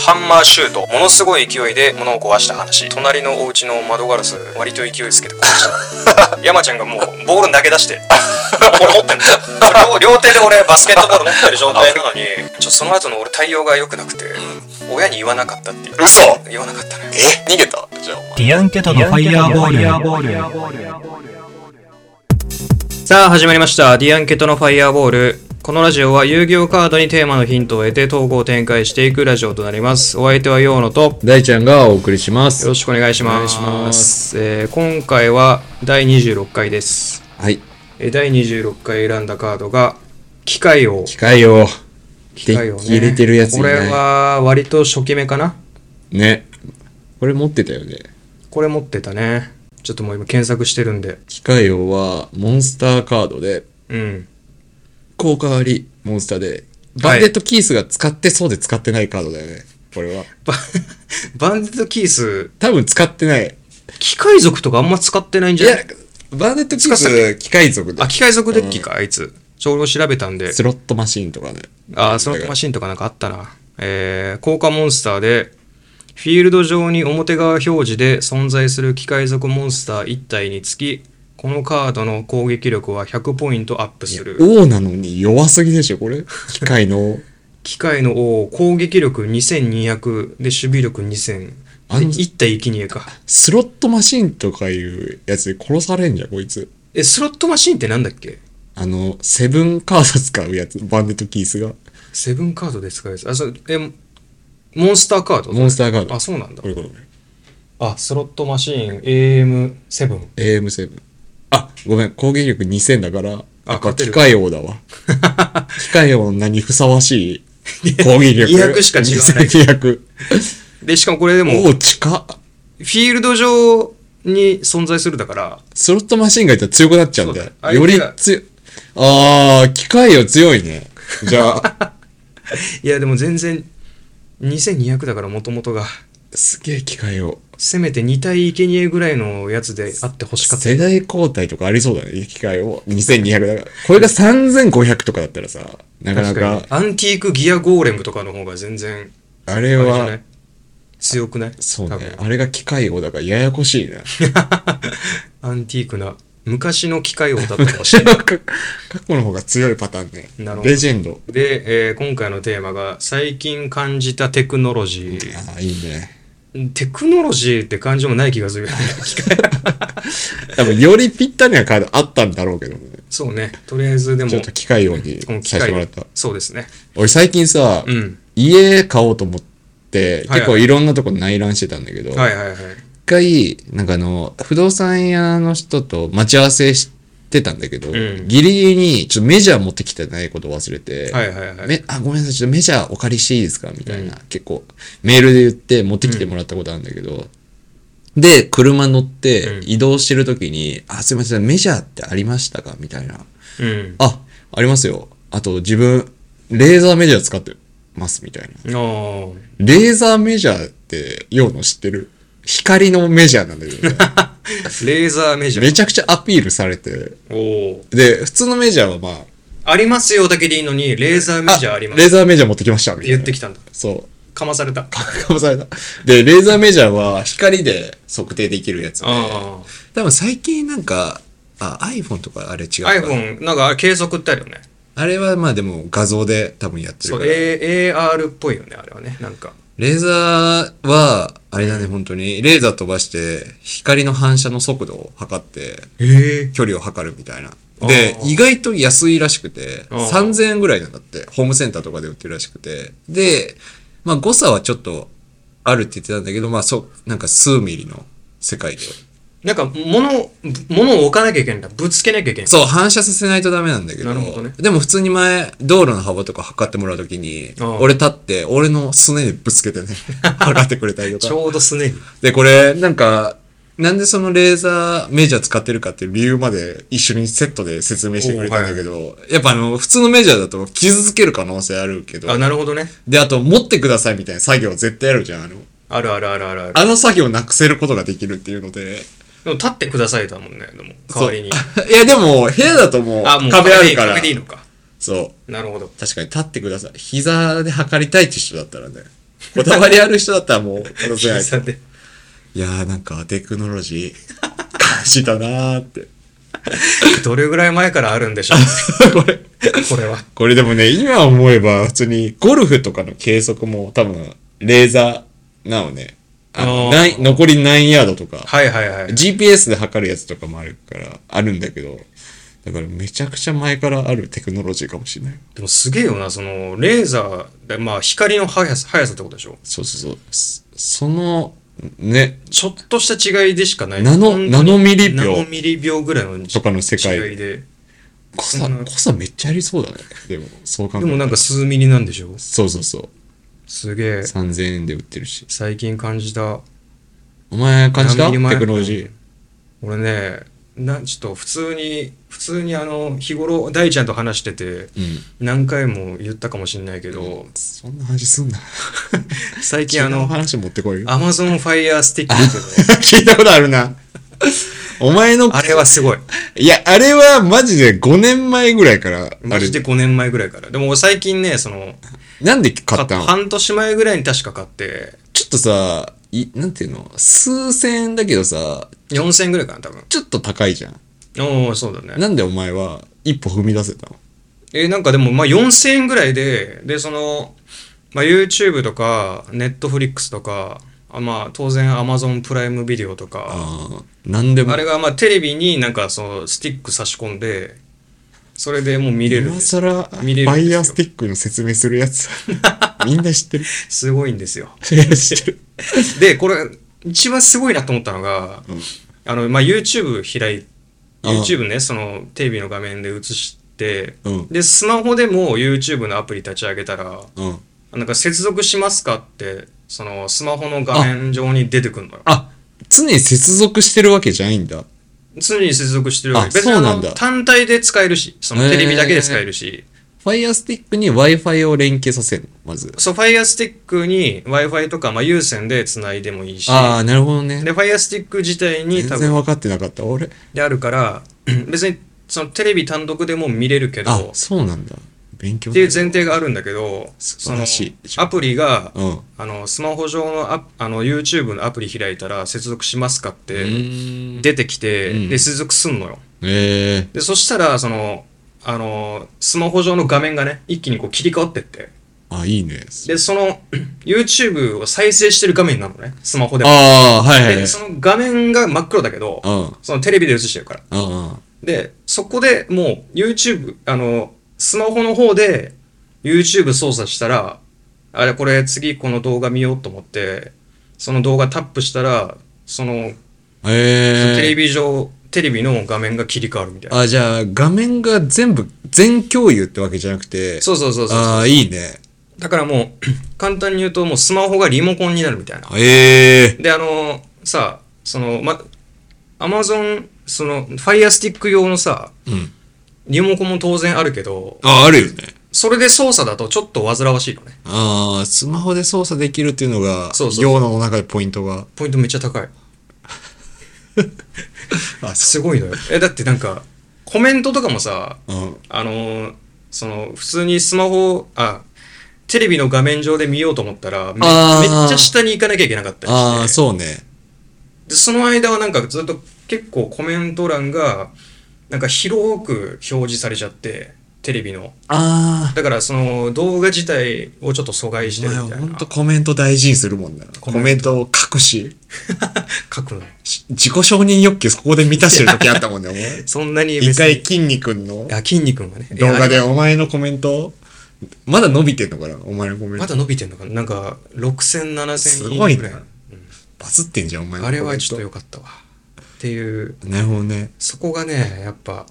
ハンマーシュートものすごい勢いで物を壊した話隣のお家の窓ガラス割と勢いつけて壊した山ちゃんがもうボール投げ出してこれ持ってんの両両手で俺バスケットボール持ってる状態なのにちょその後の俺対応が良くなくて、親に言わなかったっていう嘘言わなかったねえ逃げたじゃあお前ディアンケトのファイヤーボール。さあ始まりました「ディアンケットのファイヤーボール」このラジオは遊戯王カードにテーマのヒントを得て投稿を展開していくラジオとなりますお相手はヨーノと大ちゃんがお送りしまよすろ。しくお願いしますお願いしますえー今回は第26回ですはい。えー第26回選んだカードが機械を機械を、機械をねデッキ入れてるやついこないれは割と初期目かなね。これ持ってたよね。これ持ってたねちょっともう今検索してるんで機械王は、モンスターカードで、うん効果あり、モンスターで、バンデットキースが使ってそうで使ってないカードだよね。これは。バ バンデットキース多分使ってない。機械族とかあんま使ってないんいじゃやない、バンデットキ使ーってたス、機械族であ、。機械族デッキか、あいつ。ちょうど調べたんでス。ロットマシーンとかね。あー、スロットマシシンとかなんかあったな。えー、効果モンスターで、フィールド上に表側表示で存在する機械族モンスター1体につき、このカードの攻撃力は100ポイントアップする。王なのに弱すぎでしょ、これ。機械の王。機械の王、攻撃力2200で守備力2000。であの1体生贄か。スロットマシーンとかいうやつで殺されんじゃん、こいつ。え、スロットマシンってなんだっけあの、セブンカード使うやつ、バンデットキースが。セブンカードで使うやつ。あ、そう、え、モンスターカードモンスターカード。あ、そうなんだこ。れこれこあ、スロットマシーン AM7。れ。AM7。あ、ごめん、攻撃力2000だから、あやっぱ勝てる機械王 だわ。機械王の名にふさわしい攻撃力。 200しか違わない2200。で、しかもこれでも、フ王近っ。ィールド上に存在するだから、スロットマシンがいたら強くなっちゃうんだよそうだ。より相手が強い。あー、機械王強いね。じゃ あ、いや、でも全然、2200だからもともとが、すげえ機械王。せめて2体生贄ぐらいのやつであってほしかった。世代交代とかありそうだね、機械を。2200だから。これが3500とかだったらさ、なかな確かかに。、アンティークギアゴーレムとかの方が全然、ああれれじゃな、はい強くないそう多ね分。あれが機械王だからややこしい な。アンティークな、昔の機械王だったかも しれない。過去の方が強いパターンね。なるほどレジェンド。で、えー今回のテーマが、最近感じたテクノロジー。ああ、いいね。テクノロジーって感じもない気がするよね。 多分、よりぴったりなカードあったんだろうけどね。そうね。とりあえずでも、ちょっと機械王にこの機させてもら械った。そうですね。俺最近さ、うん。家買おうと思って、はい結構いろんなとこ内覧してたんだけど、はいはいはい。一回、なんかあの、不動産屋の人と待ち合わせしてたんだけど、んギリギリに、ちょっとメジャー持ってきてないことを忘れて、はいはいはい。めあ、ごめんなさい、ちょっとメジャーお借りしていいですかみたいな、う結構、メールで言って持ってきてもらったことあるんだけど、で、車乗ってうん移動してる時に、あ、すいません、メジャーってありましたかみたいな。うん。あ、ありますよ。あと、自分、レーザーメジャー使ってます、みたいあな。ーレーザーメジャーって、用の知ってる光のメジャーなんだけどね。レーザーメジャー。めちゃくちゃアピールされて。おお。で、普通のメジャーはまあ、ありますよだけでいいのに、レーザーメジャーありまレーす。ザーメジャー持ってきましたみたいな。言ってきたんだ。そう。 かまされた。あかぶされた。で、レーザーメジャーは光で測定できるやつで。あ。多分最近なんか、あ、iPhone とかあれ違うか。 iPhone、なんかあれ計測ってあるよね。あれはまあでも画像で多分やってるそかう、ら。レ A- AR っぽいよね、あれはね。なんか。ーザーは、あれだね、本当に。レーザー飛ばして、光の反射の速度を測って、ええ。距離を測るみたいな。あーで、意外と安いらしくて、あー3000円ぐらいなんだって、ホームセンターとかで売ってるらしくて。で、まあ誤差はちょっとあるって言ってたんだけど、まあそう、なんか数ミリの世界で。なんか、物を、物を置かなきゃいけないんだ。ぶつけなきゃいけない。そう、反射させないとダメなんだけど。なるほどねでも普通に前、道路の幅とか測ってもらうときにあー、俺立って、俺のすねでぶつけてね、 測ってくれたりとちか。ょうどすねに。で、これ、なんか、なんでそのレーザーメジャー使ってるかっていう理由まで一緒にセットで説明してくれたんだけど、やっぱあの、普通のメジャーだと傷つける可能性あるけど、あ、なるほどね。で、あと持ってくださいみたいな作業絶対あるじゃん、あの。あるあるあるあるある。あの作業なくせることができるっていうので。でも立ってくださいだもんね、でも。代わりに。そう いや、でも、部屋だともうあ、もう壁あるから。壁でいいのか。そう。なるほど。確かに立ってください。膝で測りたいって人だったらね。こだわりある人だったらもう、殺 せない。さんで。いやーなんかテクノロジー、 感じたなーって。どれぐらい前からあるんでしょう これ、これは。これでもね、今思えば普通にゴルフとかの計測も多分、レーザーなのね。あのあー何残り何ヤードとか、はいはいはい。 GPS で測るやつとかもあるから、あるんだけど、だからめちゃくちゃ前からあるテクノロジーかもしれない。でもすげえよな、その、レーザーで、まあ光の速さ、速さってことでしょそうそうそう。そその、ね、ちょっとした違いでしかない。ナ本ノ、当にナノミリナ秒ノミリ秒ぐらいのとかの世界違いで。濃さ、濃さめっちゃありそうだね。でも、そう考でえたらもなんか数ミリなんでしょそうそうそう。すげえ。 3000円で売ってるし。最近感じた。お前感じた何ミリ前テクノロジー。俺ね、なちょっと普通に、普通にあの、日頃、大ちゃんと話してて、うん。何回も言ったかもしれないけど、そんな話すんな。最い近や、ああのの、話持ってこいよ。 Amazon Fire Stick っていうのね 聞いたことあるな。お前の、あれはすごい。いや、あれはマジで5年前ぐらいから、あマれジ、で5年前ぐらいから。でも俺最近ね、その、なんで買ったの半年前ぐらいに確か買って、ちょっとさ、い、なんていうの数千円だけどさ、 4000円ぐらいかな、多分。ちょっと高いじゃん。おおそうだね。なんでお前は一歩踏み出せたのえーなんかでも、まあ、4000円ぐらいで、で、その、まあ、YouTube とか、Netflix とか、あまあ、当然 Amazon プライムビデオとか、ああ、なんでも。あれが、まあ、テレビになんか、その、スティック差し込んで、それでもう見れるん今です。更、フ見れるんですよァイヤースティックの説明する やつ。みんな知ってるすごいんですよ。知ってる。で、これ、一番すごいなと思ったのが、あの、まあ、YouTube 開い、あ YouTube ね、その、テレビの画面で映して、うんで、スマホでも YouTube のアプリ立ち上げたら、 うん。なんか接続しますかって、その、スマホの画面上に出てくるのよ。あ、常に接続してるわけじゃないんだ。常に接続してるわけ。あにあそうなのんだ単体で使えるし、そのへーテレビだけで使えるし、ファイヤースティックに Wi-Fi を連携させるの、まず。そう、Fire Stick に Wi-Fi とか、まあ、有線で繋いでもいいし、ああ、なるほどねで、。Fire Stick 自体に全多然分分かってなかった。俺。であるから、 別にそのテレビ単独でも見れるけど、あ、っそうなんだ。勉強ていう前提があるんだけど、素晴らしいそのアプリが、うん。うあの、スマホ上のアあの YouTube のアプリ開いたら接続しますかってーん。出てきて、うんで、接続すんのよ。ええで、そしたら、その、あの、スマホ上の画面がね、一気にこう切り替わってって、あ、いいね。で、その、YouTube を再生してる画面なのね、スマホでも。ああ、はいはいはい。で、その画面が真っ黒だけどう、ん。うんそのテレビで映してるから。うん。で、そこでもう YouTube、あの、スマホの方で YouTube 操作したら、あれこれ次この動画見ようと思って、その動画タップしたら、そのええテレビ上、テレビの画面が切り替わるみたいな。あ、じゃあ、画面が全部、全共有ってわけじゃなくて。そうそうそうそう。ああ、いいね。だからもう、 簡単に言うともうスマホがリモコンになるみたいな。ええで、あの、さ、その、ま、Amazon、その、Fire Stick 用のさ、うん。リモコンも当然あるけど、あ、あるよね。それで操作だとちょっと煩わしいのね。ああ、スマホで操作できるっていうのが、そうそうそう業の中でポイントが。ポイントめっちゃ高い。 あ、すごいのよ。え、だってなんか、コメントとかもさ、うん。あのーその、普通にスマホ、あ、テレビの画面上で見ようと思ったら、めめっちあーゃ下に行かなきゃいけなかったりあして、あ、そうね。でその間はなんかずっと結構コメント欄が、なんか広く表示されちゃって、テレビの。ああ。だからその動画自体をちょっと阻害してお前るはみたいほんな。とコメント大事にするもんな。コメントメントを書くし、書くの。し自己承認欲求そこで満たしてる時あったもんね、お前。そんなに一別回、に。筋肉のあ、筋肉がね。動画いでやお前のコメント、まだ伸びてんのかなお前のコメンまト。だ伸びてんのかななんか、6000、す7000ごい人なぐらい。バズってんじゃん、お前のあコメれント。はちょっと良かったわ。っていう、なるほどね。そこがね、やっぱ、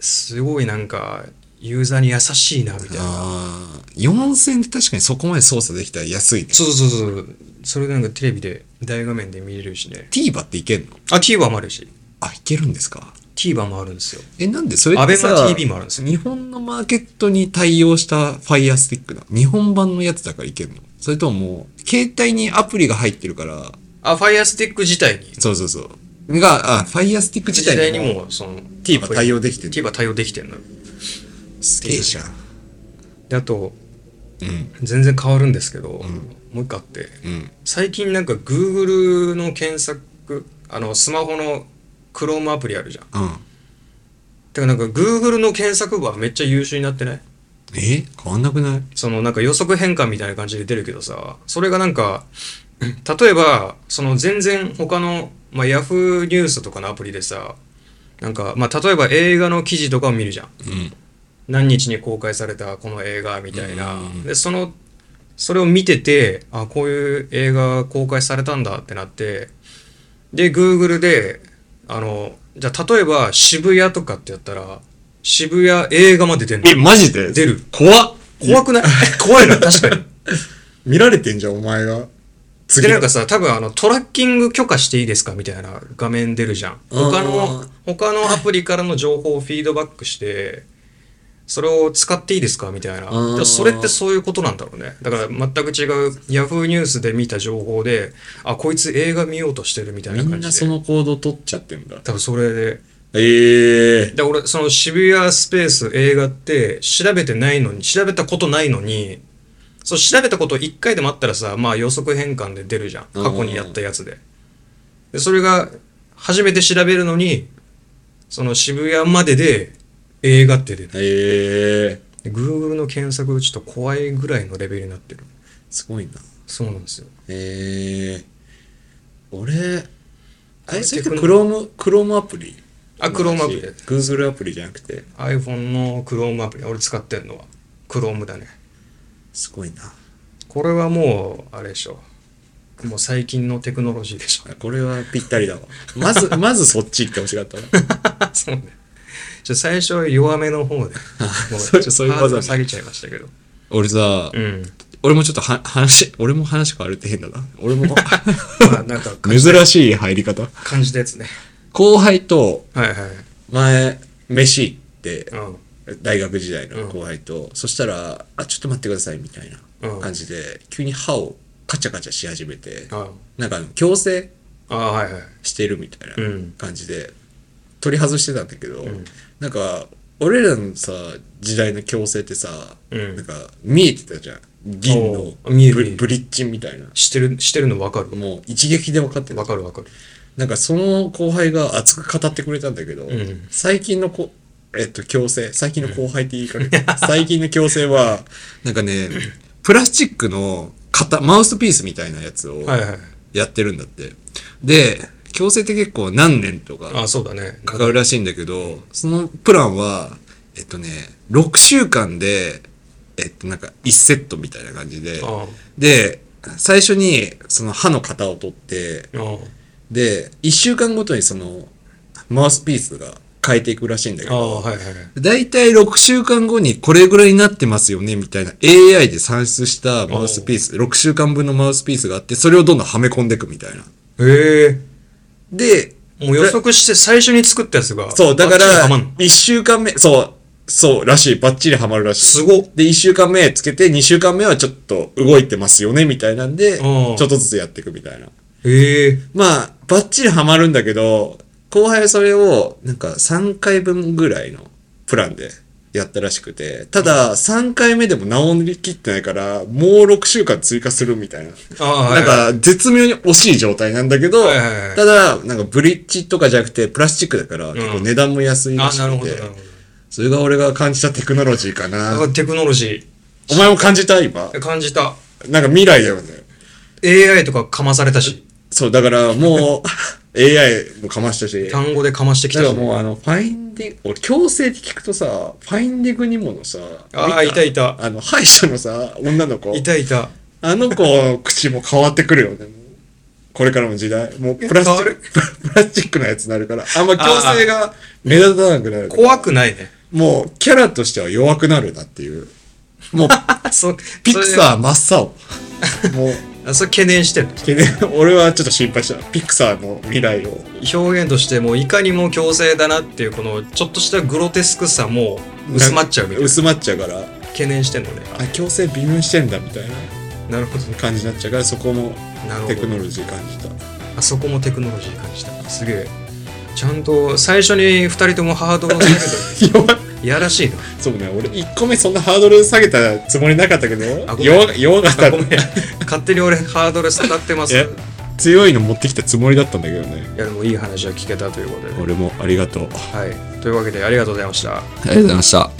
すごいなんか、ユーザーに優しいな、みたいな。ああ、4000で確かにそこまで操作できたら安いね。そうそうそうそう。それでなんかテレビで、大画面で見れるしね。 TVer っていけんのあ、TVer もあるし。あ、いけるんですか TVer もあるんですよ。え、なんでそれってさ、アベマ TV もあるんですよ日本のマーケットに対応したファイヤースティックな。日本版のやつだからいけんのそれとももう、携帯にアプリが入ってるから、あ、Fire Stick 自体に。そうそうそう。が、あ、ファイヤースティック自自体体ににもも、その、 TVer 対応できてる TVer 対応できてんのよ。すげえじゃん。で、あと、うん。全然変わるんですけど、もう一個あってうん。最近なんか Google の検索あのスマホの Chrome アプリあるじゃんうん。てかなんか Google の検索バーめっちゃ優秀になってないえ変わんなくないそのなんか予測変換みたいな感じで出るけどさそれがなんか 例えばその全然他の、まあ、Yahoo ニュースとかのアプリでさなんか、まあ、例えば映画の記事とかを見るじゃんうん。何日に公開されたこの映画みたいな、でそのそれを見ててあこういう映画公開されたんだってなってで Google であのじゃあ例えば渋谷とかってやったら渋谷映画まで出るえ、マジで出る怖っ怖くない 怖いな確かに見られてんじゃん、お前が。でなんかさ多分あのトラッキング許可していいですかみたいな画面出るじゃんうん他の他のアプリからの情報をフィードバックしてそれを使っていいですかみたいなうんでそれってそういうことなんだろうねだから全く違う Yahoo ニュースで見た情報であこいつ映画見ようとしてるみたいなみん感なじそでの行動取っちゃってんだ。多分それでええで俺その渋谷スペース映画って調べてないのに調べたことないのにそう調べたこと1回でもあったらさまあ予測変換で出るじゃんうん過去にやったやつででそれが初めて調べるのにその渋谷までで映画って出てええ Google の検索ちょっと怖いぐらいのレベルになってるすごいな。そうなんですよええ俺、あれ、それってテクノ Chrome、Chrome アプリあ Chrome アプリ ?Google アプリじゃなくて。 iPhone の Chrome アプリ俺使ってんのは Chrome だねすごいな。これはもうあれでしょもう最近のテクノロジーで しょこれはぴったりだわ。まず、まずそっち行ってほしかったわ。そうね。ちょ最初は弱めの 方で、もうそうちょっそういうハードル技下ねげちゃいましたけど。俺さ、うん。俺もちょっとは話、俺も話変わるって変だな。俺も、 まあなんか感じ珍しい入り方。感じたやつね。後輩と、はいはい。前、飯行ってう、ん。大学時代の後輩と、そしたら、あ、ちょっと待ってください、みたいうんな感じで、急に歯をカチャカチャし始めて、あなんかあの矯正あ、はいはい。してるみたいなうん感じで、取り外してたんだけど、なんか、俺らのさ、時代の矯正ってさ、うんなんか、見えてたじゃん。銀のおう見えるブ見えるブリッジみたいな。してる、してるの分かるもう一撃で分かってた分。かる分かる。なんかその後輩が熱く語ってくれたんだけど、ん最近のこ、えっと、強制、最近の後輩って言いかけて、 最近の強制は、なんかね、プラスチックの型、マウスピースみたいなやつをはいはい。やってるんだって。で、強制って結構何年とあかあ、そうだね。かかるらしいんだけど、そのプランは、えっとね、6週間で、えっと、なんか1セットみたいな感じで、あで、最初にその歯の型を取って、あ、あで、一週間ごとにその、マウスピースが変えていくらしいんだけあ、ああど、はいはいはい。だいたい6週間後にこれぐらいになってますよね、みたいな AI で算出したマウスピース、6週間分のマウスピースがあって、それをどんどんはめ込んでいくみたいな。えで、えもう予測して最初に作ったやつが。そう、だかあっちにらはまんの、 1週間目、そう、そう、らしい、バッチリはまるらしい。すごっで、1週間目つけて、2週間目はちょっと動いてますよね、みたいなんで、ちうょんっとずつやっていくみたいな。ええまあ、バッチリハマるんだけど、後輩はそれを、なんか3回分ぐらいのプランでやったらしくて、ただ、3回目でも治りきってないから、もう6週間追加するみたいな。ああ、はないんはい。か、絶妙に惜しい状態なんだけど、はいはいはいただ、なんかブリッジとかじゃなくて、プラスチックだから、結構値段も安いらあしなるくほど、て、なるほど。それが俺が感じたテクノロジーかだなか。らテクノロジお前も感じた今。ー。感じた。なんか未来だよね。 AI とかかまされたし、そう、だからも う、AI もかましたし、単語でかましてきだたからし。もうあの、ファインディング、俺、強制って聞くとさ、ファインディングにものさ、ああ、いたいた。あの、歯医者のさ、女の子、いたいた。あの子の口も変わってくるよね。これからの時代、もうプラスチッ変わク、 プラスチックのやつになるから、あんま強制が目立たなくなるから。怖くないね。もう、キャラとしては弱くなるなっていう。もう、 そう、ピクサー真っ青。もう、ー。それ懸念してる。けね、俺はちょっと心配した。ピクサーの未来を。表現としてもういかにも強制だなっていうこのちょっとしたグロテスクさも薄まっちゃうみたいな薄まっちゃうから、懸念してんのねあ、強制微妙にしてんだみたいな。なるほど感じになっちゃうからそこもなるほどテクノロジー感じたあそこもテクノロジー感じたすげえちゃんと最初に2人ともハードルを下げて 弱いいやらしいな。そうね、俺1個目そんなハードル下げたつもりなかったけどあ、ごめん弱弱かったごめ ん。勝手に俺ハードル下がってます。いえ強いの持ってきたつもりだったんだけどね。や、でもいい話は聞けたということで。俺もありがとう。あはい。というわけで、ありがとうございました。りがとうございました。